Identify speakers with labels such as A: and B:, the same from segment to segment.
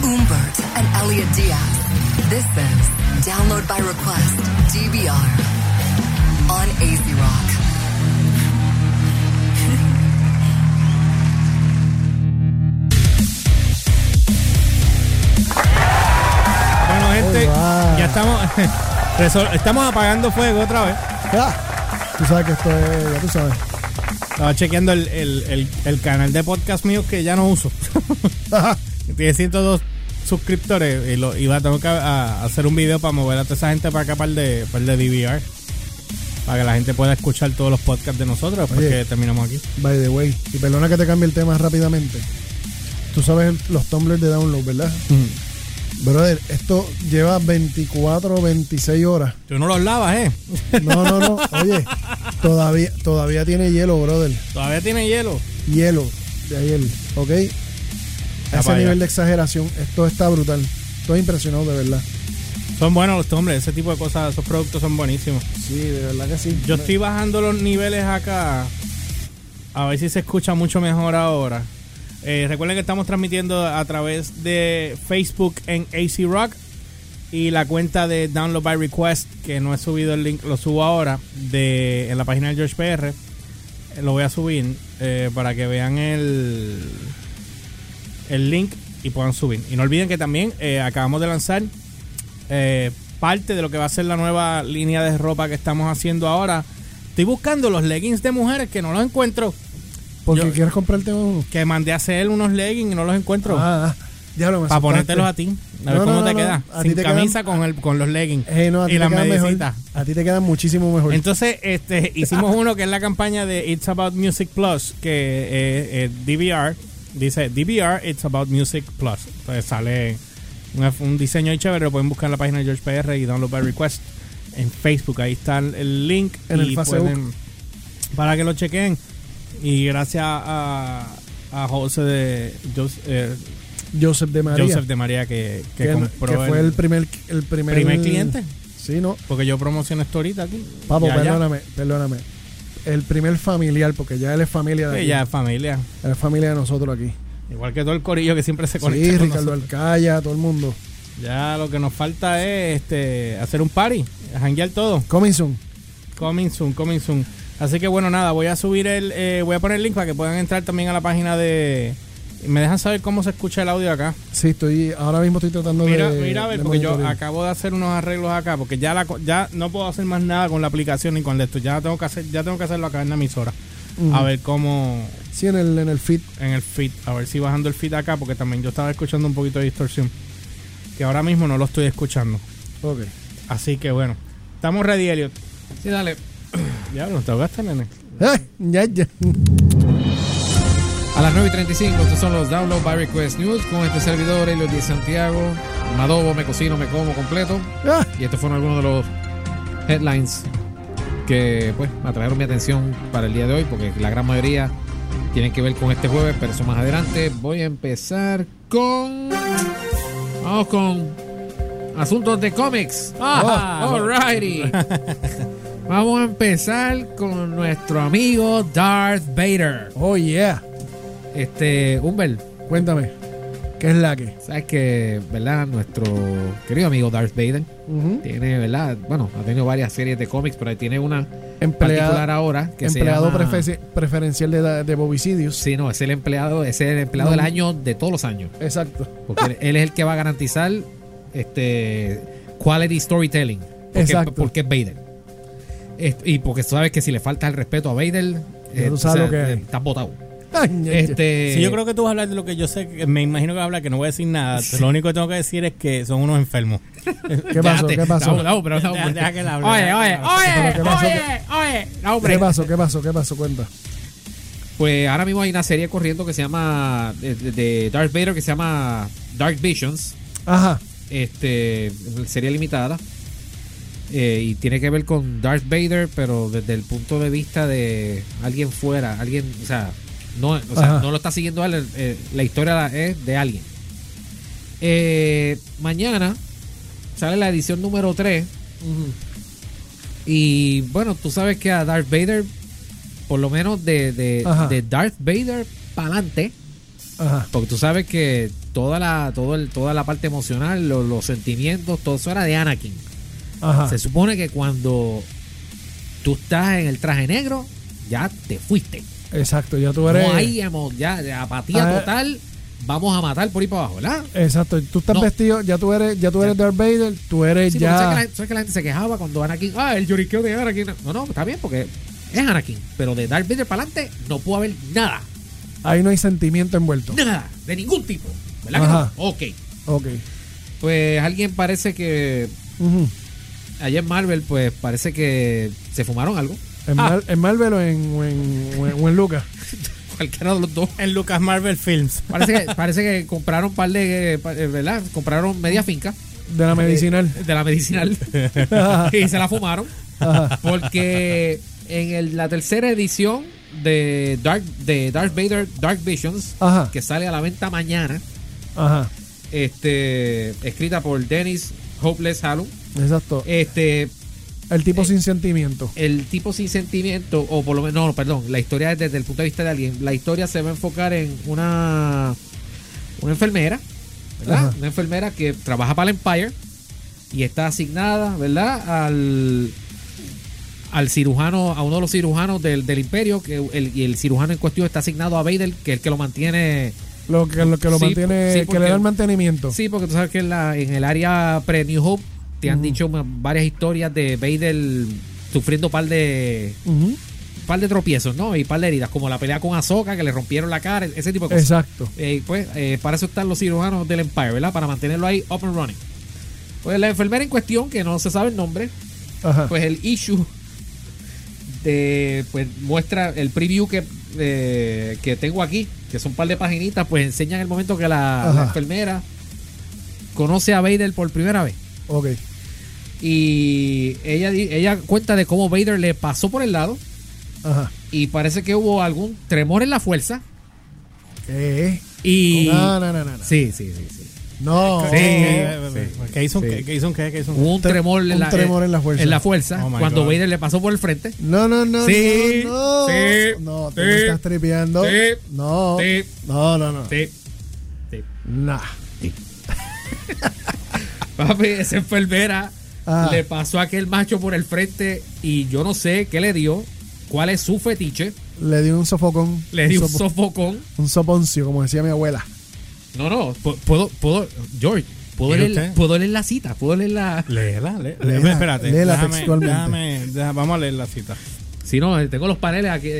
A: Bloomberg, and Elliot Diaz. This is Download by Request, DBR, on AZ Rock.
B: Bueno, gente,
C: Oh, wow.
B: ya estamos, resol- estamos apagando fuego otra vez.
C: Ah, tú sabes que esto es, ya tú sabes.
B: Estaba chequeando el, el- el- el canal de podcast mío que ya no uso. Tiene 102 suscriptores y, lo, y va a tener que a- a hacer un video para mover a toda esa gente para acá, para el, de, para el de DVR. Para que la gente pueda escuchar todos los podcasts de nosotros porque
C: Oye.
B: terminamos aquí.
C: By the way, y perdona que te cambie el tema rápidamente. Tú sabes el- los tumblers de download, ¿verdad? Brother, esto lleva 24, 26 horas.
B: Tú no los lavas, ¿eh?
C: No, no, no. Oye, todavía, todavía tiene hielo, brother.
B: Todavía tiene hielo.
C: Hielo de ayer, ¿ok? A
B: Ya
C: ese
B: para
C: nivel
B: allá.
C: de exageración, esto está brutal. Estoy impresionado, de verdad.
B: Son buenos los hombres, ese tipo de cosas, esos productos son buenísimos.
C: Sí, de verdad que sí.
B: Yo estoy bajando los niveles acá. A ver si se escucha mucho mejor ahora. Eh, recuerden que estamos transmitiendo a través de Facebook en AC Rock y la cuenta de Download by Request, que no he subido el link, lo subo ahora de, en la página de George PR. Eh, Lo voy a subir eh, para que vean el, el link y puedan subir. Y no olviden que también eh, acabamos de lanzar eh, parte de lo que va a ser la nueva línea de ropa que estamos haciendo ahora. Estoy buscando los leggings de mujeres que no los encuentro.
C: Porque
B: yo-
C: quieres comprarte uno.
B: Que mandé a hacer unos leggings y no los encuentro.
C: Ah, ah, ya lo me
B: para
C: asustaste.
B: ponértelos a ti. A ver
C: No, no,
B: cómo
C: no,
B: te
C: no.
B: queda.
C: A ti
B: Sin
C: te quedan-
B: camisa con, el, con los leggings.
C: Eh, no, a ti
B: y
C: te
B: las
C: quedan mejor.
B: medecitas.
C: A ti te quedan muchísimo mejor.
B: Entonces, este, hicimos uno que es la campaña de It's About Music Plus, que eh, eh, DVR dice DVR It's About Music Plus. Entonces sale un, un diseño ahí chévere, lo pueden buscar en la página de George PR y download by request en Facebook. Ahí está el, el link
C: En el
B: y
C: Facebook.
B: para que lo chequen. Y gracias a, a José de Jos- eh,
C: Joseph de María.
B: Joseph de María que, que
C: que,
B: compró
C: que fue el, primer, el primer,
B: primer cliente.
C: Sí, no.
B: Porque yo promociono esto ahorita aquí.
C: Papo,
B: Y allá.
C: perdóname, perdóname. El primer familiar, porque ya él es familia de
B: Sí,
C: aquí.
B: ya es familia.
C: Él es familia de nosotros aquí.
B: Igual que todo el corillo que siempre se conecta.
C: Sí,
B: con
C: Ricardo
B: nosotros.
C: Alcaya, todo el mundo.
B: Ya lo que nos falta es este hacer un party, janguear todo.
C: Coming soon.
B: Coming soon, coming soon. Así que bueno, nada, voy a subir el. eh, voy a poner el link para que puedan entrar también a la página de. y Me dejan saber cómo se escucha el audio acá.
C: Sí, estoy, ahora mismo estoy tratando
B: Mira,
C: de.
B: mira a ver,
C: de
B: porque yo
C: monitorear.
B: acabo de hacer unos arreglos acá, porque ya la, co- ya no puedo hacer más nada con la aplicación ni con esto. Ya tengo que hacer, ya tengo que hacerlo acá en la emisora.
C: Ujú.
B: A ver cómo
C: Sí, en el, en el feed.
B: en el feed, a ver si bajando el feed acá, porque también yo estaba escuchando un poquito de distorsión. Que ahora mismo no lo estoy escuchando.
C: Ok.
B: Así que bueno, estamos ready, Elliot.
D: Sí, dale.
B: Diablo, te ahogaste, nene.
C: Ah, ya, ya.
D: A las 9 y 35, estos son los Download by Request News con este servidor, Elio de Santiago. Me adobo, me cocino, me como completo.
C: Ah,
D: Y estos fueron algunos de los headlines que pues atrajeron mi atención para el día de hoy, porque la gran mayoría tienen que ver con este jueves, pero eso más adelante. Voy a empezar con. Vamos con. Asuntos de cómics. Ah, alrighty. Vamos a empezar con nuestro amigo Darth Vader.
C: oh, yeah.
D: Este, Humbert,
C: Cuéntame. ¿Qué es la que?
D: sabes que, ¿verdad? Nuestro querido amigo Darth Vader
C: Ujú.
D: tiene, ¿verdad? Bueno, ha tenido varias series de cómics, pero tiene una particular
C: Empleado,
D: ahora que
C: empleado
D: se llama...
C: prefe- preferencial de, de Bobicidios.
D: Sí, no, es el empleado, es el empleado
C: No.
D: del año de todos los años.
C: Exacto.
D: Porque él, él es el que va a garantizar este quality storytelling. Porque,
C: Exacto.
D: Porque es Vader. Es- y porque sabes que si le falta el respeto a Vader, eh,
C: tú sabes lo que hay.
D: estás botado.
C: Ay, ña, ña.
D: Este,
B: Sí, yo creo que tú vas a hablar de lo que yo sé, que me imagino que vas a hablar, que no voy a decir nada. Lo único que tengo que decir es que son unos enfermos.
C: ¿Qué pasó?
D: Déjate.
C: ¿Qué pasó?
D: No, no, pero no,
B: Deja-
D: hombre.
B: deja que él hable,
D: Oye,
B: deja que
D: oye,
B: él
C: Pero, ¿qué
D: oye,
C: pasó?
D: oye, oye. No, hombre.
C: ¿Qué pasó? ¿Qué pasó? ¿Qué pasó? Cuenta.
D: Pues ahora mismo hay una serie corriendo que se llama de, de- de Darth Vader que se llama Dark Visions,
C: Ajá.
D: este serie limitada eh, y tiene que ver con Darth Vader, pero desde el punto de vista de alguien fuera, alguien, o sea, no, o sea,
C: Ajá.
D: no lo está siguiendo él, eh, la historia es de alguien. Eh, mañana sale la edición número 3 y bueno, tú sabes que a Darth Vader, por lo menos de, de,
C: Ajá.
D: de Darth Vader para adelante,
C: Ajá.
D: porque tú sabes que toda la, todo el- toda la parte emocional, lo- los sentimientos, todo eso era de Anakin.
C: Ajá.
D: Se supone que cuando tú estás en el traje negro, ya te fuiste.
C: Exacto, ya tú eres.
D: No hay emo- ya de apatía
C: Ah,
D: total. Vamos a matar por ahí para abajo, ¿verdad?
C: Exacto, tú estás
D: No.
C: vestido, ya tú eres, ya tú eres Darth Vader, tú eres
D: Sí, porque
C: ya.
D: ¿sabes, que la, sabes que la gente se quejaba cuando Anakin, ah, el lloriqueo de Anakin. No, no, está bien porque es Anakin, pero de Darth Vader para adelante no pudo haber nada,
C: Ahí no hay sentimiento envuelto.
D: nada, de ningún tipo. ¿Verdad que
C: Ajá.
D: no? Ok.
C: Ok.
D: Pues alguien parece que
C: Ujú.
D: ayer en Marvel, pues parece que se fumaron algo.
C: en,
B: Ah.
C: Mar- en Marvel o en, o en, o en- o en Lucas.
D: Cualquiera de los dos.
B: En Lucas Marvel Films.
D: Parece que, parece que compraron un par de, eh, pa- eh, ¿verdad? Compraron media finca
C: De la medicinal.
D: de la medicinal y se la fumaron.
C: Ajá.
D: Porque en el- la tercera edición de Dark, de Darth Vader Dark Visions,
C: Ajá.
D: que sale a la venta mañana,
C: Ajá.
D: este, escrita por Dennis Hopeless Hallum,
C: Exacto.
D: este,
C: El tipo sin sentimiento.
D: el tipo sin sentimiento, o por lo menos, no, perdón, la historia es desde el punto de vista de alguien, la historia se va a enfocar en una, una enfermera, ¿verdad?
C: Ajá.
D: Una enfermera que trabaja para el Empire y está asignada, ¿verdad? Al, al cirujano, a uno de los cirujanos del, del Imperio, que el, y el cirujano en cuestión está asignado a Vader, que es el que lo mantiene.
C: Lo que, lo que lo
D: Sí,
C: mantiene,
D: sí,
C: que
D: porque-
C: le da el mantenimiento.
D: Sí, porque tú sabes que en, la- en el área pre-New Hope te han dicho ma- varias historias de Vader sufriendo un par de
C: Ujú.
D: par de tropiezos, ¿no? Y par de heridas, como la pelea con Azoka, que le rompieron la cara, ese tipo de cosas.
C: Exacto.
D: Eh, pues eh, para eso están los cirujanos del Empire, ¿verdad? Para mantenerlo ahí up and running. Pues la enfermera en cuestión, que no se sabe el nombre,
C: Ajá.
D: pues el issue de, pues muestra el preview que, eh, que tengo aquí, que son un par de paginitas, pues enseñan el momento que la,
C: Ajá.
D: la enfermera conoce a Vader por primera vez.
C: ok.
D: Y ella, di- ella cuenta de cómo Vader le pasó por el lado
C: Ajá.
D: y parece que hubo algún tremor en la fuerza.
C: ¿Qué?
D: Y.
C: Eh. No, no, no, no. No.
D: Sí, sí, sí. sí.
C: No.
B: Sí,
D: sí,
B: ¿Qué hizo?
D: sí. Uh,
B: ¿Qué qué hizo? ¿Qué qué hizo?
D: Hubo un,
C: tre-
D: tremor, en
C: un
D: la, eh,
C: tremor en la fuerza.
D: en la fuerza,
B: Oh my
D: cuando
B: God.
D: Vader le pasó por el frente.
C: No, no, no.
D: Sí,
C: no, no.
D: sí,
C: no, tú
D: sí,
C: me estás tripeando.
D: sí,
C: no.
D: sí.
C: no, no, no.
D: Sí. Sí.
C: Nah.
D: Papi, esa enfermera
C: Ah.
D: le pasó a aquel macho por el frente y yo no sé qué le dio, cuál es su fetiche.
C: Le di un sofocón.
D: Le dio un
C: sopo-
D: sofocón.
C: un soponcio, como decía mi abuela.
D: No, no, pu- puedo, puedo, George, puedo
B: ¿Y
D: leer,
B: usted?
D: puedo leer la cita, puedo leer la.
B: Léela, lé-
C: Léela,
B: lé- espérate.
C: léela
B: déjame,
C: textualmente.
B: déjame- deja- vamos a leer la cita.
D: Si no, eh, tengo los paneles aquí.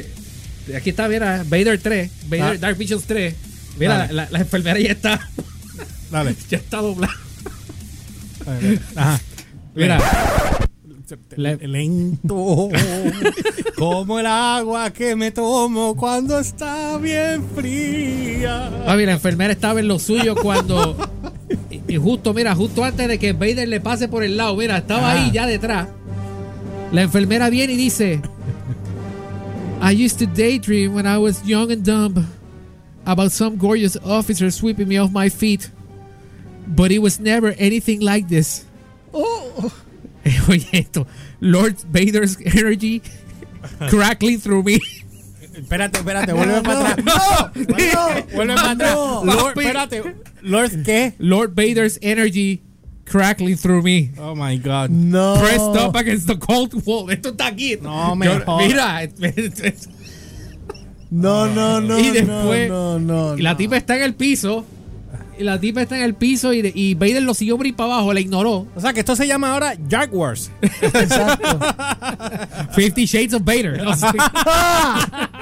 D: Aquí está, mira, Vader 3, Vader,
B: Ah.
D: Dark Visions 3. Mira,
C: Ah.
D: la,
B: Dale.
D: la- la enfermera ya está,
B: Dale.
D: ya está doblada.
B: Ajá.
D: Mira, Le-
B: Lento. Como el agua que me tomo cuando está bien fría.
D: papi, la enfermera estaba en lo suyo cuando. Y, y justo, mira, justo antes de que Vader le pase por el lado, mira, estaba
B: Ajá.
D: ahí ya detrás. La enfermera viene y dice: I used to daydream when I was young and dumb about some gorgeous officer sweeping me off my feet, but it was never anything like this. Oh. Oye, esto: Lord Vader's energy crackling through me.
B: Espérate, espérate, vuelve para atrás. Vuelve para atrás.
D: No.
B: Lord,
D: Papi.
B: espérate. Lord, ¿qué?
D: Lord Vader's energy crackling through me.
B: Oh my God.
C: No.
D: Pressed up against the cold wall. Esto está aquí.
B: No me
D: Yo-
B: jodas.
D: Mira. es- es- es-
C: No, no, no.
D: Y después-
C: No, no, no.
D: y la tipa está en el piso. Y la tipa está en el piso y, de- y Vader lo siguió por ahí para abajo, la ignoró.
B: O sea que esto se llama ahora Jack Wars.
C: Exacto.
D: Fifty Shades of Vader. O sea-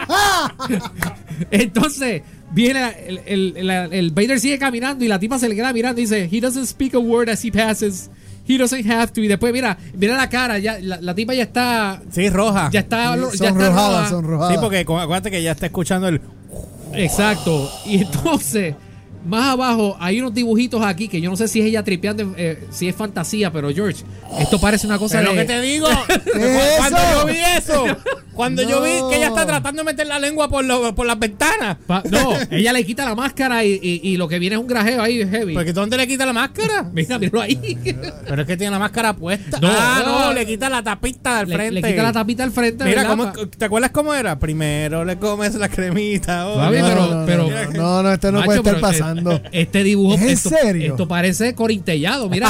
C: Ah.
D: Entonces, viene el, el- la- el Vader sigue caminando y la tipa se le queda mirando y dice, He doesn't speak a word as he passes. He doesn't have to. Y después, mira, mira la cara. Ya, la, la tipa ya está.
B: Sí, roja.
D: Ya está. ya está
C: Sonrojada,
D: roja.
C: sonrojada.
B: Sí, porque acu- acuérdate que ya está escuchando el.
D: Exacto. Y entonces, más abajo hay unos dibujitos aquí que yo no sé si es ella tripeando, eh, si es fantasía, pero George, esto parece una cosa
B: ¿Sabes lo
D: de-
B: que te digo?
C: ¿Qué es
B: Cuando
C: eso?
B: yo vi eso, Cuando yo vi
C: No.
B: que ella está tratando de meter la lengua por, lo- por las ventanas.
D: Pa- no, ella le quita la máscara y, y- y lo que viene es un grajeo ahí heavy.
B: Porque ¿dónde le quita la máscara?
D: Mira, míralo ahí.
B: Pero es que tiene la máscara puesta.
D: No.
B: ah, no, le quita la tapita del
D: le,
B: frente.
D: le quita la tapita al frente.
B: Mira,
D: ¿verdad?
B: ¿cómo-
D: Pa-
B: ¿te acuerdas cómo era? Primero le comes la cremita. oh,
D: Papi,
B: no.
D: pero-
C: no,
D: pero-
C: no, no, no, esto no
D: Macho,
C: puede estar
D: pero, eh,
C: pasando.
D: Este dibujo.
C: ¿Es en
D: esto,
C: serio?
D: Esto parece corintellado. Mira.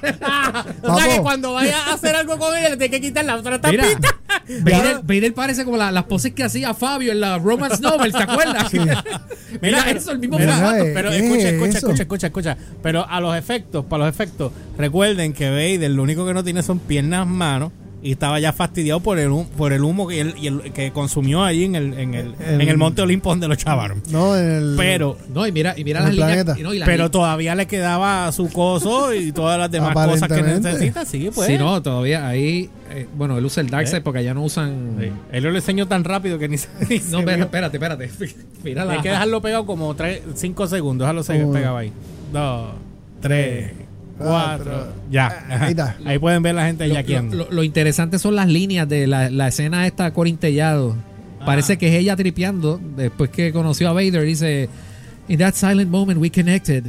B: o sea
C: Papo.
B: que cuando vaya a hacer algo con ella le tiene que quitar la otra
D: Mira,
B: tapita.
D: Vader, Vader parece como la- las poses que hacía Fabio en la Romance Novel, ¿te acuerdas? Mira eso, el mismo
B: mira,
D: formato.
C: eh,
B: Pero
C: ¿qué
B: escucha,
C: es
B: escucha,
C: eso?
B: escucha, escucha, escucha. Pero a los efectos, para los efectos, recuerden que Vader lo único que no tiene son piernas, manos. Y estaba ya fastidiado por el, hum- por el humo que, él- y el- que consumió allí en el, en el,
C: El-
B: en el Monte Olimpo donde lo chavaron.
C: No, en el.
B: Pero
D: No, y mira, y mira
C: En
D: las
C: el
D: líneas.
C: planeta.
D: y no, y las
B: pero
D: líneas-
B: todavía le quedaba su coso y todas las demás cosas que
C: Aparentemente.
B: necesita. Sí, pues.
D: Sí, no, todavía ahí. eh, bueno, él usa el Darkseid
B: Eh.
D: porque allá no usan.
B: Sí. Él lo enseñó tan rápido que ni se. ni se
D: No, espera,
B: vio.
D: espérate, espérate. Mira la.
B: Hay que dejarlo pegado como 5 segundos. Déjalo seguir
C: Uno.
B: pegado ahí. 2, 3,
C: Cuatro. Ah,
B: 4. Ya. Ajá.
C: Ahí está.
B: Ahí pueden ver la gente
D: lo,
B: ya aquí.
D: lo- lo- lo interesante son las líneas de la, la escena esta corintellado. Parece que es ella tripeando después que conoció a Vader. Dice: In that silent moment we connected.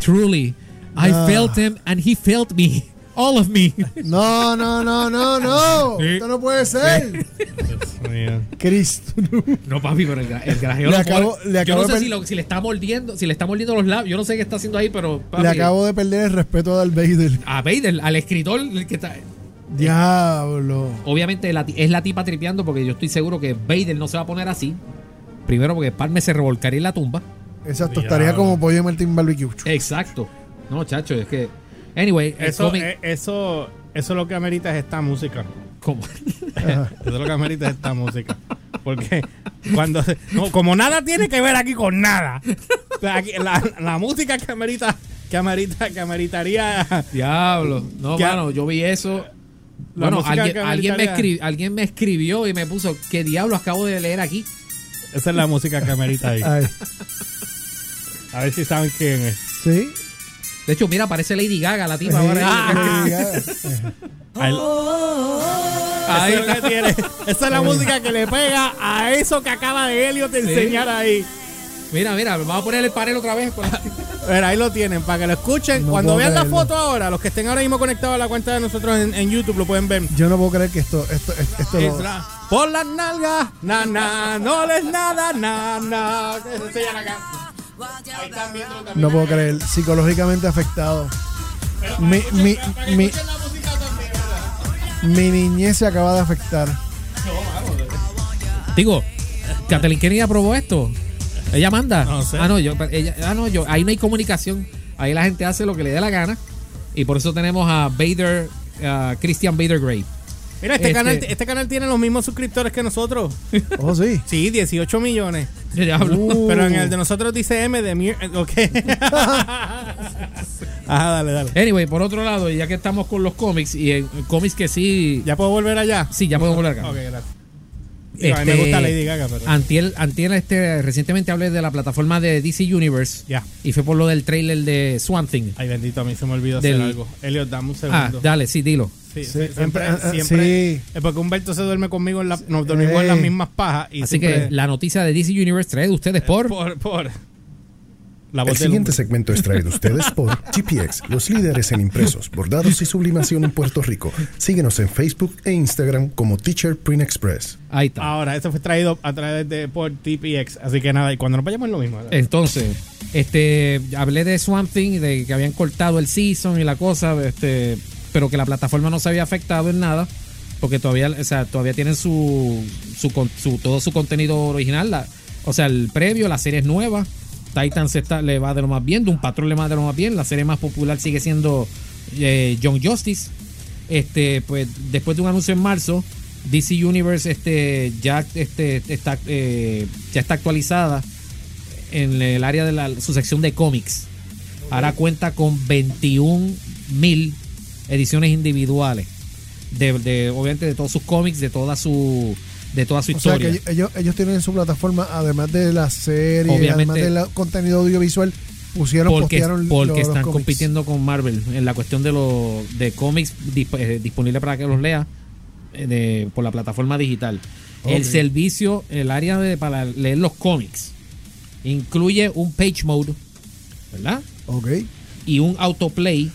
D: Truly, I
C: No.
D: felt him and he felt me. All of me.
C: No, no, no, no, no. Esto no puede ser. Cristo.
D: No, papi, pero el, gra- el grajeo
C: Le
D: lo
C: acabo-
D: pone-
C: le acabo
D: Yo no
C: de
D: sé si,
C: per-
D: lo- si le está mordiendo, si le está mordiendo los labios. Yo no sé qué está haciendo ahí, pero. papi,
C: Le acabo de perder el respeto a Darth Vader.
D: A Vader, al escritor, el que está.
C: Diablo.
D: Obviamente la ti- es la tipa tripeando porque yo estoy seguro que Vader no se va a poner así. Primero porque Palme se revolcaría en la tumba.
C: Exacto, estaría como pollo de Martín Barbecue.
D: Eh. Exacto. No, chacho, es que. Anyway, el
B: Eso,
D: cómic-
B: eh, eso, eso lo que amerita es esta música.
D: ¿Cómo?
B: Eso es lo que amerita es esta música. Porque cuando. se- no, como nada tiene que ver aquí con nada. O sea, aquí- la, la música que amerita. Que amerita. Que ameritaría.
D: Diablo. No,
B: Ya.
D: mano, yo vi eso.
B: La
D: Bueno,
B: música
D: alguien,
B: que
D: alguien me
B: ameritaría-
D: escribi- alguien me escribió y me puso, ¿qué diablo acabo de leer aquí?
B: Esa es la música que amerita ahí.
C: Ay,
B: A ver si saben quién es.
C: sí.
D: De hecho, mira, parece Lady Gaga la tipa ahora.
C: Ah.
B: Ahí-
C: Oh.
D: Ahí
B: Eso es lo
D: está.
B: que tiene. Esa es la música que le pega a eso que acaba de Helio de enseñar ahí.
D: Mira, mira, vamos a poner el panel otra vez. con la-
B: A ver, ahí lo tienen, para que lo escuchen.
C: No
B: Cuando
C: puedo
B: vean la
C: creerlo.
B: foto ahora, los que estén ahora mismo conectados a la cuenta de nosotros en, en YouTube lo pueden ver.
C: Yo no puedo creer que esto, esto, esto, esto
B: Es la- Por las nalgas, na, na, no les nada, na, na. Que se enseñan acá. Ahí están viendo también.
C: no puedo creer. Psicológicamente afectado.
B: Pero para
C: Mi,
B: que
C: mi,
B: escuchen- para que
C: mi,
B: escuchen la música también, ¿verdad?
C: mi niñez se acaba de afectar.
D: Digo, Kathleen Kennedy aprobó esto. Ella manda.
B: No sé.
D: Ah, no, yo, ella- ah, no, yo, ahí no hay comunicación. Ahí la gente hace lo que le dé la gana. Y por eso tenemos a Vader, a Christian Vader Gray.
B: Mira, este,
D: Este-
B: Canal, este canal tiene los mismos suscriptores que nosotros.
C: Oh, sí.
B: Sí, 18 millones.
D: Ya hablo.
C: Uh.
B: Pero en el de nosotros dice M de Mir. Ok. Ajá, dale, dale.
D: Anyway, por otro lado, ya que estamos con los cómics, y en cómics que sí.
B: ¿Ya puedo volver allá?
D: Sí, ya podemos hablar acá.
B: Ok,
D: Este,
B: gracias. Digo, a mí me gusta Lady Gaga, pero-
D: Antiel, antiel, este, recientemente hablé de la plataforma de DC Universe.
B: Ya.
D: Y fue por lo del trailer de Swamp Thing.
B: Ay, bendito, a mí se me olvidó
D: Del-
B: hacer algo. Elliot, dame un
D: Ah,
B: segundo.
D: dale, sí, dilo.
B: Sí,
C: Sí,
B: sí, siempre,
C: ah, ah,
B: siempre-
C: sí.
B: Es porque Humberto se duerme conmigo, en la, nos dormimos en las
C: Ey.
B: mismas pajas. Y
D: Así
B: siempre- Eh,
D: que la noticia de DC Universe trae de ustedes por...
B: Por, por. La
E: El
B: voz del
E: siguiente
B: hombre.
E: segmento es traído a ustedes por GPX, los líderes en impresos, bordados y sublimación en Puerto Rico. Síguenos en Facebook e Instagram como Teacher Print Express.
D: Ahí está.
B: Ahora, eso fue traído a través de por TPX. Así que nada, y cuando nos vayamos es lo mismo. ¿verdad?
D: Entonces, este, hablé de Swamp Thing, de que habían cortado el season y la cosa, este, pero que la plataforma no se había afectado en nada, porque todavía, o sea, todavía tienen su, su, con- su- todo su contenido original, la- o sea, el previo, las series nuevas, Titan se está, le va de lo más bien, un Patrol le va de lo más bien, la serie más popular sigue siendo eh, John Justice, este, pues después de un anuncio en marzo. DC Universe este, ya, este, está, eh, ya está actualizada en el área de la, su sección de cómics. Ahora cuenta con 21 mil ediciones individuales. De, de- obviamente de todos sus cómics, de toda su de toda su
C: O sea
D: historia.
C: que ellos, ellos tienen en su plataforma, además de la serie, además
D: Obviamente.
C: del contenido audiovisual, pusieron,
D: porque
C: postearon
D: porque
C: los- los
D: están
C: cómics.
D: compitiendo con Marvel en la cuestión de los de cómics disp- eh, disponibles para que los lea eh, de- por la plataforma digital. El servicio, el área de, para leer los cómics, incluye un page mode, ¿verdad?
C: Ok.
D: Y un autoplay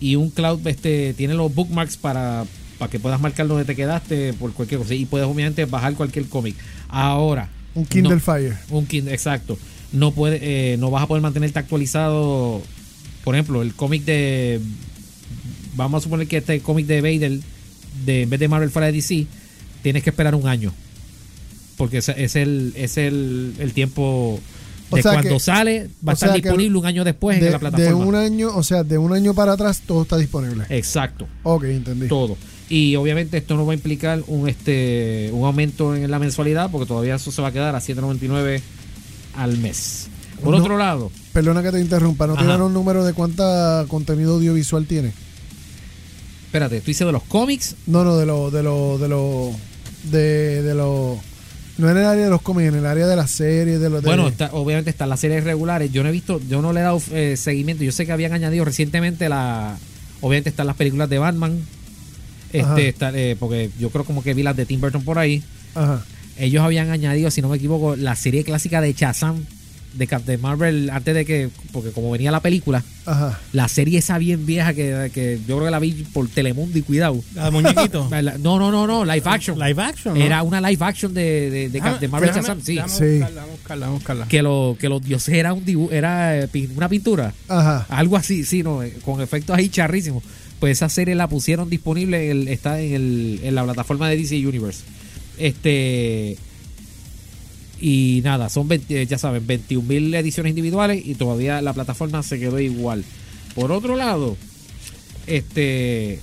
D: y un cloud, este, tiene los bookmarks para, para que puedas marcar donde te quedaste por cualquier cosa. Y puedes obviamente bajar cualquier cómic. Ahora.
C: Un Kindle
D: no-
C: Fire.
D: un Kindle, exacto. No puede, eh, no vas a poder mantenerte actualizado. Por ejemplo, el cómic de. Vamos a suponer que este cómic de Vader, de, en vez de Marvel fuera de DC, tienes que esperar un año. Porque es, es el, es el, el tiempo
C: O
D: de
C: sea
D: cuando
C: que-
D: sale, va
C: o
D: a estar
C: sea que
D: disponible un año después Pues, en
C: De,
D: la
C: de
D: plataforma.
C: un año, o sea, de un año para atrás todo está disponible.
D: Exacto.
C: Ok, entendí.
D: Todo. Y obviamente esto no va a implicar un este un aumento en la mensualidad, porque todavía eso se va a quedar a 7.99 al mes. Por
C: No.
D: otro lado,
C: Perdona que te interrumpa, no
D: Ajá.
C: tiraron un número de cuánta contenido audiovisual tiene.
D: Espérate, tú dices de los cómics.
C: No, no, de lo, de lo, de lo, de, de lo, no en el área de los cómics, en el área de las series, de los. de-
D: Bueno, está- obviamente están las series regulares. Yo no he visto, yo no le he dado eh, seguimiento. Yo sé que habían añadido recientemente la. Obviamente están las películas de Batman.
C: Ajá.
D: Este, está, eh, porque yo creo como que vi las de Tim Burton por ahí.
C: Ajá.
D: Ellos habían añadido, si no me equivoco, la serie clásica de Shazam de Captain Marvel antes de que, porque como venía la película,
C: Ajá.
D: la serie esa bien vieja que, que yo creo que la vi por Telemundo y cuidado.
B: La de muñequito.
D: La- No, no, no, no, live action.
B: Live action. ¿no?
D: Era una live action de, de, de
B: Déjame-
D: Captain Marvel
B: déjame-
D: Shazam, sí.
B: déjame
C: Sí.
B: buscarla, vamos a buscarla, vamos a buscarla.
D: que lo que los dioses era un dibu- era eh, pin- una pintura
C: Ajá.
D: algo así sí no eh, con efectos ahí charrísimos pues esa serie la pusieron disponible en el- está en, el- en la plataforma de DC Universe este y nada son 20, eh, ya saben 21 mil ediciones individuales y todavía la plataforma se quedó igual por otro lado este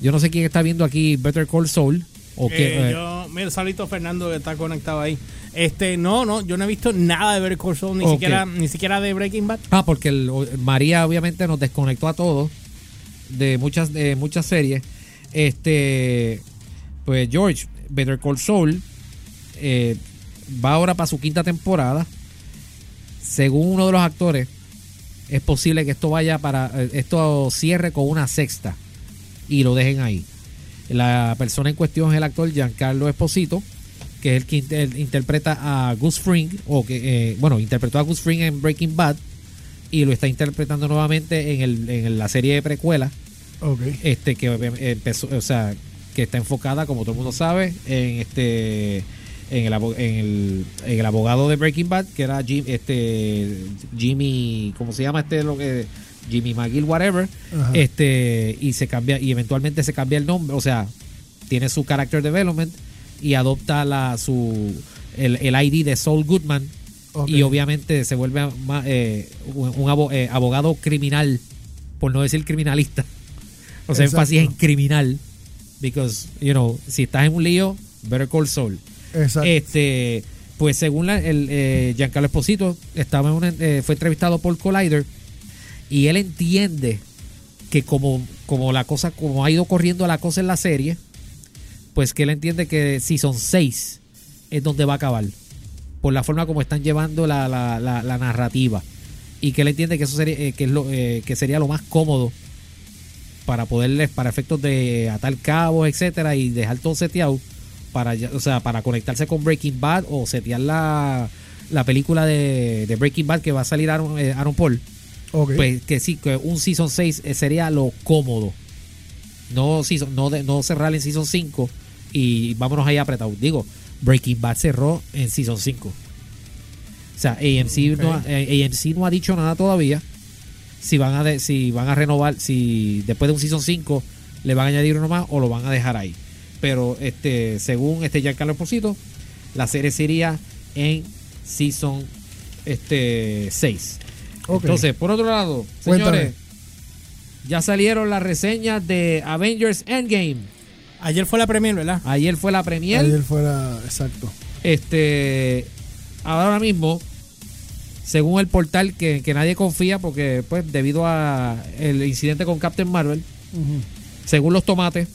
D: yo no sé quién está viendo aquí Better Call Saul o
B: Eh,
D: qué, eh,
B: yo, mira, Salito Fernando que está conectado ahí. Este, no, no, yo no he visto nada de Better Call Saul, ni
D: Ok.
B: siquiera, ni siquiera de Breaking Bad.
D: Ah, porque el- o- María obviamente nos desconectó a todos de muchas, de muchas series. Este, pues George, Better Call Saul, eh, va ahora para su quinta temporada. Según uno de los actores, es posible que esto vaya para, eh, esto cierre con una sexta y lo dejen ahí. La persona en cuestión es el actor Giancarlo Esposito, que es el que inter- interpreta a Gus Fring, o que, eh, bueno, interpretó a Gus Fring en Breaking Bad y lo está interpretando nuevamente en, el, en la serie de precuela,
C: Ok.
D: este, que obvia- empezó, o sea, que está enfocada, como todo el mundo sabe, en este en el, abo- en el, en el abogado de Breaking Bad, que era Jim, este, Jimmy, ¿cómo se llama este? Lo que, Jimmy McGill, whatever
C: Ajá.
D: este y se cambia y eventualmente se cambia el nombre o sea tiene su character development y adopta la su el, el ID de Saul Goodman
C: Ok.
D: y obviamente se vuelve a- ma- eh, un, un abo- eh, abogado criminal por no decir criminalista o sea
C: Exacto.
D: énfasis en criminal because you know si estás en un lío better call Saul
C: Exacto.
D: este, pues según la- el eh, Giancarlo Esposito, estaba en una- eh, fue entrevistado por Collider y él entiende que como, como la cosa, como ha ido corriendo la cosa en la serie, pues que él entiende que Season 6 es donde va a acabar. Por la forma como están llevando la, la- la- la narrativa. Y que él entiende que eso sería, eh, que es lo, eh, que sería lo más cómodo para poderles, para efectos de atar cabos, etcétera, y dejar todo seteado para ya- o sea, para conectarse con Breaking Bad o setear la, la película de, de Breaking Bad que va a salir Aaron, eh, Aaron Paul.
C: ok.
D: Pues que sí, que un Season 6 sería lo cómodo. No, season- no, de- no cerrar en Season 5 y vámonos ahí apretados. Digo, Breaking Bad cerró en Season 5. O sea, AMC, no, ha- eh, AMC no ha dicho nada todavía. Si van a de- si van a renovar, si después de un Season 5 le van a añadir uno más o lo van a dejar ahí. Pero este según este Giancarlo Esposito, la serie sería en Season este 6.
C: Ok.
D: Entonces, por otro lado,
C: Cuéntame.
D: señores, ya salieron las reseñas de Avengers Endgame.
B: Ayer fue la premier, ¿verdad?
D: Ayer fue la premiere.
C: Ayer fuera. Exacto.
D: Este, ahora mismo, según el portal que, que nadie confía, porque pues debido a el incidente con Captain Marvel,
C: Ujú.
D: según los tomates,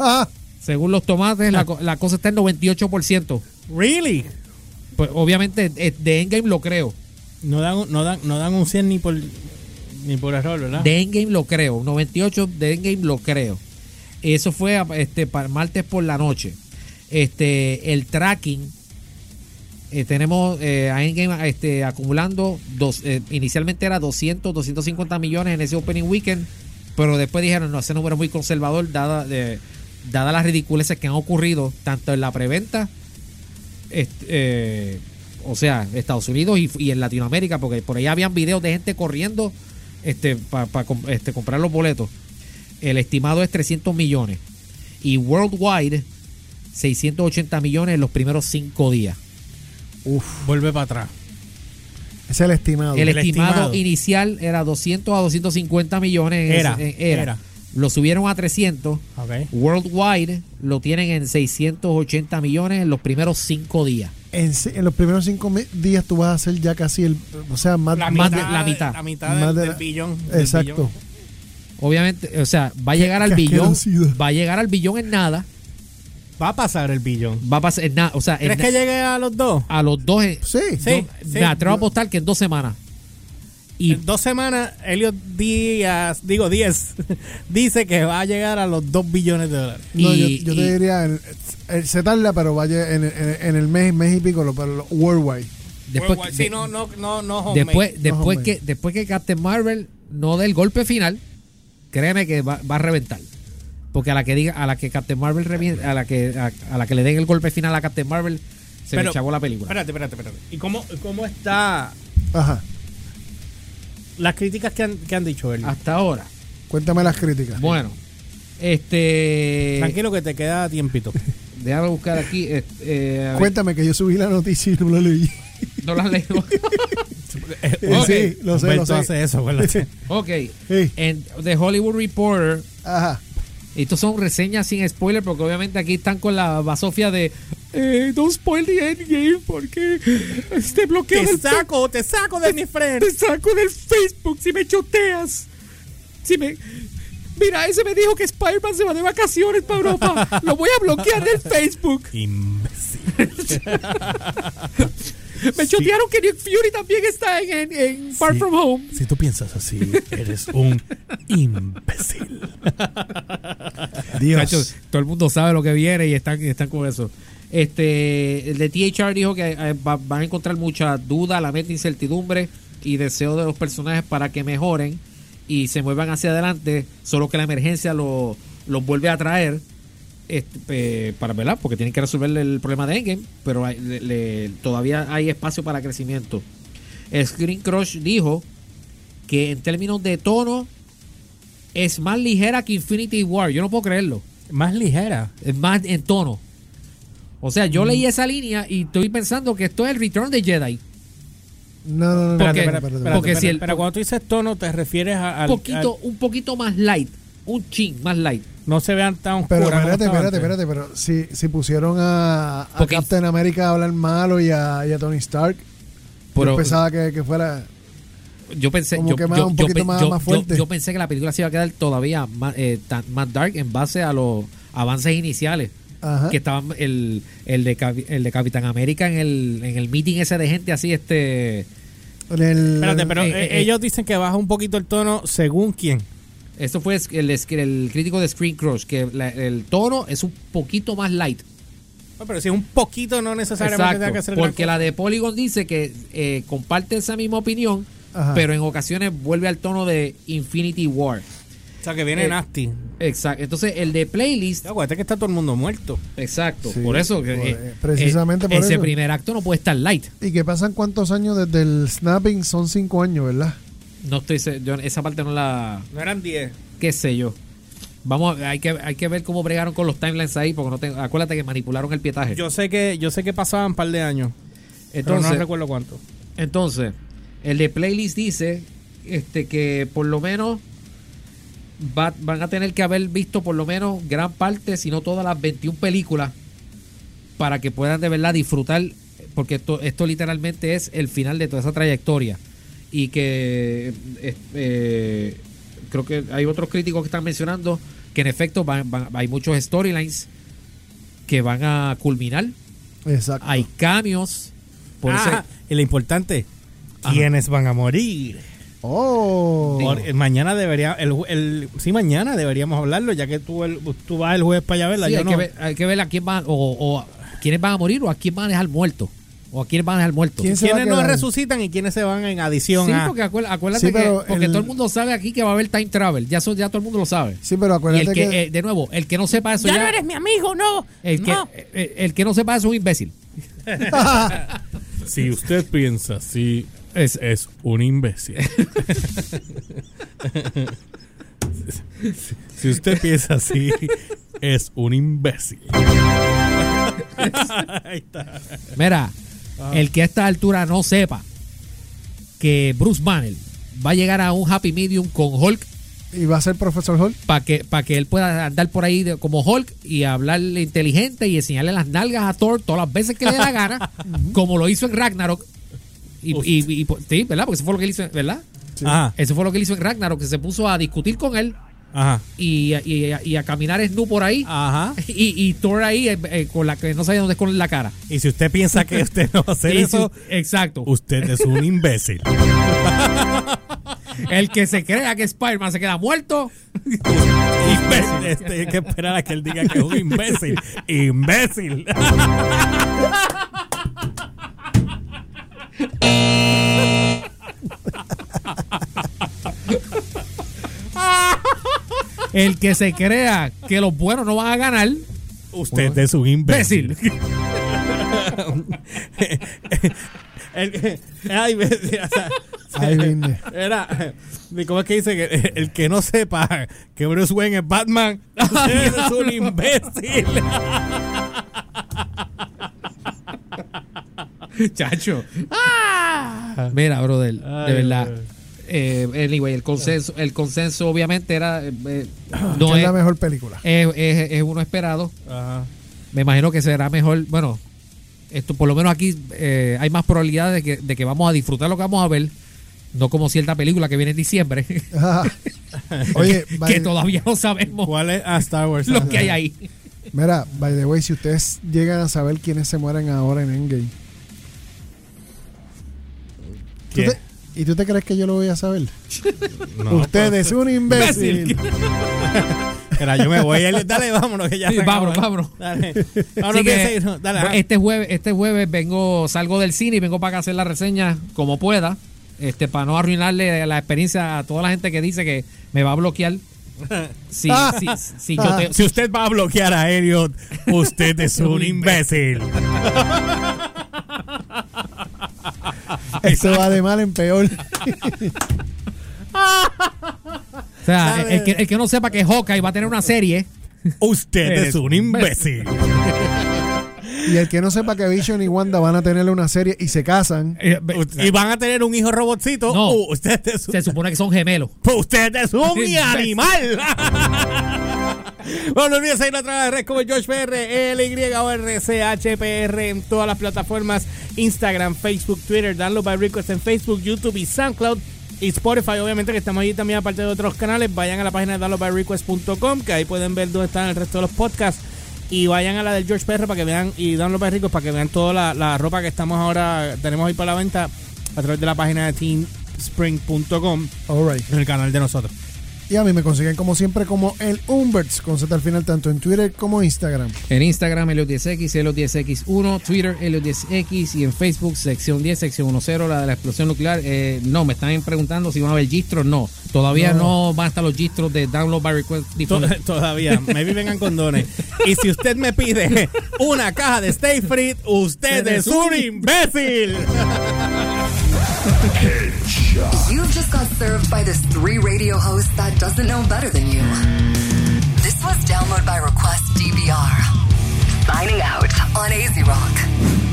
C: Ah,
D: según los tomates, la, co- la cosa está en 98%.
B: Really?
D: Pues obviamente eh, de Endgame lo creo.
B: No dan, no dan, no dan un 100 ni por ni por error, ¿verdad?
D: De Endgame lo creo. un 98 de Endgame lo creo. Eso fue este, para martes por la noche. Este, el tracking. eh, tenemos eh, a Endgame este, acumulando, dos, eh, inicialmente era 200, 250 millones en ese opening weekend, pero después dijeron, no, ese número es muy conservador, dada, de, dada las ridiculeces que han ocurrido, tanto en la preventa este, eh, o sea, Estados Unidos y, y en Latinoamérica, porque por ahí habían videos de gente corriendo este, para este, comprar los boletos. El estimado es 300 millones. Y worldwide, 680 millones en los primeros cinco días.
B: Vuelve para atrás.
C: Ese es el estimado.
D: El,
B: Ah, El
D: estimado,
B: estimado.
D: inicial era 200 a 250 millones. en
B: Era,
D: ese- en- era.
B: era.
D: Lo subieron a 300.
B: Ok.
D: Worldwide lo tienen en 680 millones en los primeros cinco días.
C: en, se- en los primeros cinco me- días tú vas a hacer ya casi el. O sea, más.
B: La
D: Más
B: mitad,
D: de- la
B: de-
D: mitad.
B: La mitad
C: Más
B: del,
C: de
B: del
C: la-
B: billón. del
C: Exacto.
B: billón.
D: Obviamente, o sea, va a llegar al
C: qué
D: billón.
C: asquerosidad.
D: Va a llegar al billón en nada.
B: Va a pasar el billón.
D: Va a pasar en nada. O sea, en
B: ¿Crees
D: na-
B: que llegue a los dos?
D: a los dos. en-
C: Sí.
B: Sí,
D: dos-
B: sí.
D: Me atrevo a apostar que en dos semanas. Y
B: En dos semanas, Elliot Díaz, digo 10, dice que va a llegar a los 2 billones de dólares.
C: No,
D: Y-
C: yo, yo
D: y-
C: te diría, el- el- se tarda, pero vaya en, en- en el mes, mes y pico, lo, pero lo- worldwide.
D: después,
B: Worldwide.
D: de-
B: sí, Pues, no, no, no, no, homemade.
D: después, después,
C: homemade.
D: que, después que Captain Marvel no dé el golpe final, créeme que va, va a reventar. Porque a la que diga, a la que Captain Marvel revien- a la que a, a la que le den el golpe final a Captain Marvel, se me
B: Pero-
D: chavó la película.
B: Espérate, espérate, espérate. ¿Y cómo, cómo está
C: Ajá.
B: las críticas que han, que han dicho, Elliot?
D: Hasta ahora.
C: Cuéntame las críticas.
D: Bueno. Este.
B: Tranquilo que te queda tiempito.
D: Déjame buscar aquí. eh, eh, a ver.
C: Cuéntame que yo subí la noticia y no la leí.
D: No las leo.
C: Eh,
D: Ok.
C: Sí, lo sé, lo
B: Humberto
C: sé.
B: hace eso, ¿verdad?
D: ok.
C: Sí.
D: En The Hollywood Reporter.
C: Ajá.
D: Estos son reseñas sin spoiler porque obviamente aquí están con la basofia de eh, no spoil the endgame porque este bloqueo
B: te
D: del
B: saco, te saco de mi
D: fe-
B: friend.
D: te saco del Facebook si me choteas. Si me Mira, ese me dijo que Spider-Man se va de vacaciones para Europa. Lo voy a bloquear del Facebook.
B: Imbécil.
D: Me chotearon que Nick Fury también está en, en- en Far
B: Sí.
D: From Home.
B: Si tú piensas así, eres un imbécil.
C: Dios.
D: Muchachos, todo el mundo sabe lo que viene y están, y están con eso. Este, el de THR dijo que eh, va- van a encontrar mucha duda, la meta incertidumbre y deseo de los personajes para que mejoren y se muevan hacia adelante, solo que la emergencia lo- los vuelve a traer este, eh, para velar, porque tienen que resolver el problema de Endgame, pero hay- le- le- todavía hay espacio para crecimiento. Screen Crush dijo que en términos de tono es más ligera que Infinity War. Yo no puedo creerlo.
B: Más ligera.
D: Es más en tono. O sea,
C: Mm.
D: yo leí esa línea y estoy pensando que esto es el Return de Jedi.
C: No, no, no. espérate, espérate,
D: Porque- porque
C: espérate, espérate.
D: si el-
B: Pero cuando tú dices tono, te refieres a, al-
D: poquito, un poquito más light. Un chin más light.
B: al- no se vean tan
C: Pero
B: oscuras como
C: espérate,
B: estaban
C: espérate,
B: antes.
C: espérate, pero si, si pusieron a, a
D: Porque-
C: Captain America a hablar malo y a, y a Tony Stark,
D: Pero
C: yo pensaba que, que fuera...
D: yo pensé,
C: como
D: yo,
C: que más-
D: yo-
C: un
D: yo
C: poquito
D: pe-
C: más-
D: yo-
C: más
D: yo-
C: fuerte.
D: yo pensé que la película se iba a quedar todavía más, eh, tan- más dark en base a los avances iniciales.
C: Ajá.
D: Que estaban el, el, de, Capi- el de Capitán América en el, en el meeting ese de gente así, este.
C: En el-
B: Espérate, pero
D: Eh,
B: eh,
D: eh,
B: ellos dicen que baja un poquito el tono según quién.
D: Esto fue el, el crítico de Screen Crush, que la- el tono es un poquito más light.
B: No, pero si un poquito no necesariamente
D: Exacto,
B: tenga que ser
D: porque la de Polygon dice que eh, comparte esa misma opinión,
C: Ajá.
D: pero en ocasiones vuelve al tono de Infinity War.
B: O sea, que viene
D: eh,
B: nasty.
D: Exacto. Entonces, el de playlist,
B: Acuérdate que está todo el mundo muerto.
D: exacto.
C: Sí,
D: por eso, que,
C: por-
D: eh,
C: precisamente
D: eh,
C: por
D: ese
C: eso.
D: primer acto no puede estar light.
C: ¿Y qué pasan cuántos años desde el snapping? Son cinco años, ¿verdad?
D: No estoy, se- yo esa parte no la,
B: No eran 10.
D: qué sé yo. Vamos, a- hay que, hay que ver cómo bregaron con los timelines ahí, porque no tengo, acuérdate que manipularon el pietaje.
B: Yo sé que yo sé que pasaban un par de años. Entonces,
D: Entonces-
B: no recuerdo cuánto.
D: Entonces, el de playlist dice este, que por lo menos va- van a tener que haber visto por lo menos gran parte, si no todas las 21 películas, para que puedan de verdad disfrutar, porque esto, esto literalmente es el final de toda esa trayectoria. Y que eh, eh, creo que hay otros críticos que están mencionando que en efecto van- van- hay muchos storylines que van a culminar,
C: Exacto.
D: hay cambios. Por eso-
B: Ah, y lo importante,
D: Ajá.
B: ¿quiénes van a morir?
C: Oh.
B: Por- eh, mañana debería, el, ju- el- sí, mañana deberíamos hablarlo, ya que tú, el- tú vas el jueves para allá a verla.
D: Sí,
B: yo
D: hay,
B: no.
D: que ver, hay que ver a quién van, o, o a quiénes van a morir o a quién van a dejar muerto. O a quién van a dejar muerto.
C: ¿Quién se va a
B: ¿Quiénes no
C: quedar?
B: resucitan y quiénes se van en adición
D: Sí,
B: a.?
D: porque acuer- acuérdate
C: Sí,
D: que
C: pero
D: porque
C: el-
D: todo el mundo sabe aquí que va a haber time travel. Ya eso ya todo el mundo lo sabe.
C: Sí, pero
D: Y el
C: acuérdate
D: que,
C: que,
D: eh, de nuevo, el que no sepa eso ya,
B: mi amigo, no.
D: el, que, eh, eh, el que no sepa eso es un imbécil.
B: Si usted piensa así, es, es un imbécil. si usted piensa así, es un imbécil. Ahí está.
D: Mira,
C: Ah.
D: el que a esta altura no sepa que Bruce Banner va a llegar a un happy medium con Hulk
C: y va a ser profesor Hall.
D: para que, pa' que él pueda andar por ahí de- como Hulk y hablarle inteligente y enseñarle las nalgas a Thor todas las veces que le dé la gana, como lo hizo en Ragnarok. Y, y- y- y- sí, ¿verdad? Porque eso fue lo que él hizo, ¿verdad?
B: Ajá,
D: Eso fue lo que él hizo en Ragnarok, que se puso a discutir con él
B: ajá,
D: y, y- y a caminar snu por ahí.
B: ajá.
D: Y, y Thor ahí eh, eh, con la que no sabía dónde esconder la cara.
B: Y si usted piensa que usted no va a hacer
D: Y si-
B: eso,
D: exacto.
B: usted es un imbécil.
D: El que se crea que Spider-Man se queda muerto.
B: imbécil. Este, hay que esperar a que él diga que es un imbécil. imbécil.
D: El que se crea que los buenos no van a ganar.
B: Usted es un imbécil.
D: Imbécil.
B: El- ay, me- o sea,
C: Ahí vine.
B: era, ¿cómo es que dice que el, que no sepa que Bruce Wayne es Batman usted es un imbécil?
D: Chacho. Ah. Mira, brother,
B: Ay,
D: de verdad.
B: brother.
D: Eh, anyway, el consenso, el consenso obviamente era eh, eh,
C: que
D: no
C: es la
D: es,
C: mejor película.
D: es- es- es uno esperado.
B: Ajá.
D: Me imagino que será mejor. Bueno, esto por lo menos aquí eh, hay más probabilidades de que, de que vamos a disfrutar lo que vamos a ver. No como cierta película que viene en diciembre,
C: Ajá. Oye, by-
D: eh, que todavía no sabemos
B: ¿Cuál es a Star Wars?
D: lo que hay ahí.
C: mira, by the way, si ustedes llegan a saber quiénes se mueren ahora en Endgame. ¿tú
B: ¿Qué?
C: te- ¿Y tú te crees que yo lo voy a saber?
B: No,
C: Usted
D: pues,
C: es un imbécil.
B: Era, yo me voy. Él, dale, vámonos. Que ya
D: Sí,
B: se acabó.
D: vámonos, vámonos.
B: Dale. Vámonos,
D: Así
B: que
D: que,
B: se- no, dale, ajá.
D: este jueves, este jueves vengo, salgo del cine y vengo para acá a hacer la reseña como pueda, este, para no arruinarle la experiencia a toda la gente que dice que me va a bloquear. Si,
B: Ah.
D: si, si yo te-
B: Si usted va a bloquear a Elliot, usted es un imbécil.
C: Esto va de mal en peor.
D: o sea,
B: Ah.
D: el, el que, el que no sepa que Hawkeye va a tener una serie,
B: Usted es un imbécil.
C: Y el que no sepa que Vision y Wanda van a tener una serie y se casan.
D: eh, ve-
B: Y van a tener un hijo robotcito.
D: No.
B: Usted es un
D: se supone que son gemelos.
B: Pues usted es un
D: Imbécil.
B: animal. bueno, no olvides seguirnos a través de la red como George PR, LYORCHPR en todas las plataformas: Instagram, Facebook, Twitter, Download by Request en Facebook, YouTube y SoundCloud. Y Spotify, obviamente, que estamos allí también, aparte de otros canales. Vayan a la página de downloadbyrequest.com, que ahí pueden ver dónde están el resto de los podcasts. Y vayan a la del George PR para que vean, y Download by Request para que vean toda la, la ropa que estamos ahora, tenemos hoy para la venta a través de la página de teamspring.com
C: All right.
B: en el canal de nosotros.
C: Y a mí me consiguen como siempre como el Umberts con Z al final tanto en Twitter como Instagram.
D: En Instagram, Helios10X, Helios10X1, Twitter, Helios10X y en Facebook, sección 10, sección 10, la de la explosión nuclear. Eh, no, me están preguntando si van a haber gistros. No, todavía no, van a estar los gistros de Download by Request disponibles.
B: To- todavía, me viven en condones. Y si usted me pide una caja de Stay Free, usted es un imbécil.
A: You've just got served by this three radio host that doesn't know better than you. This was Download by Request DBR. Signing out on AZ Rock.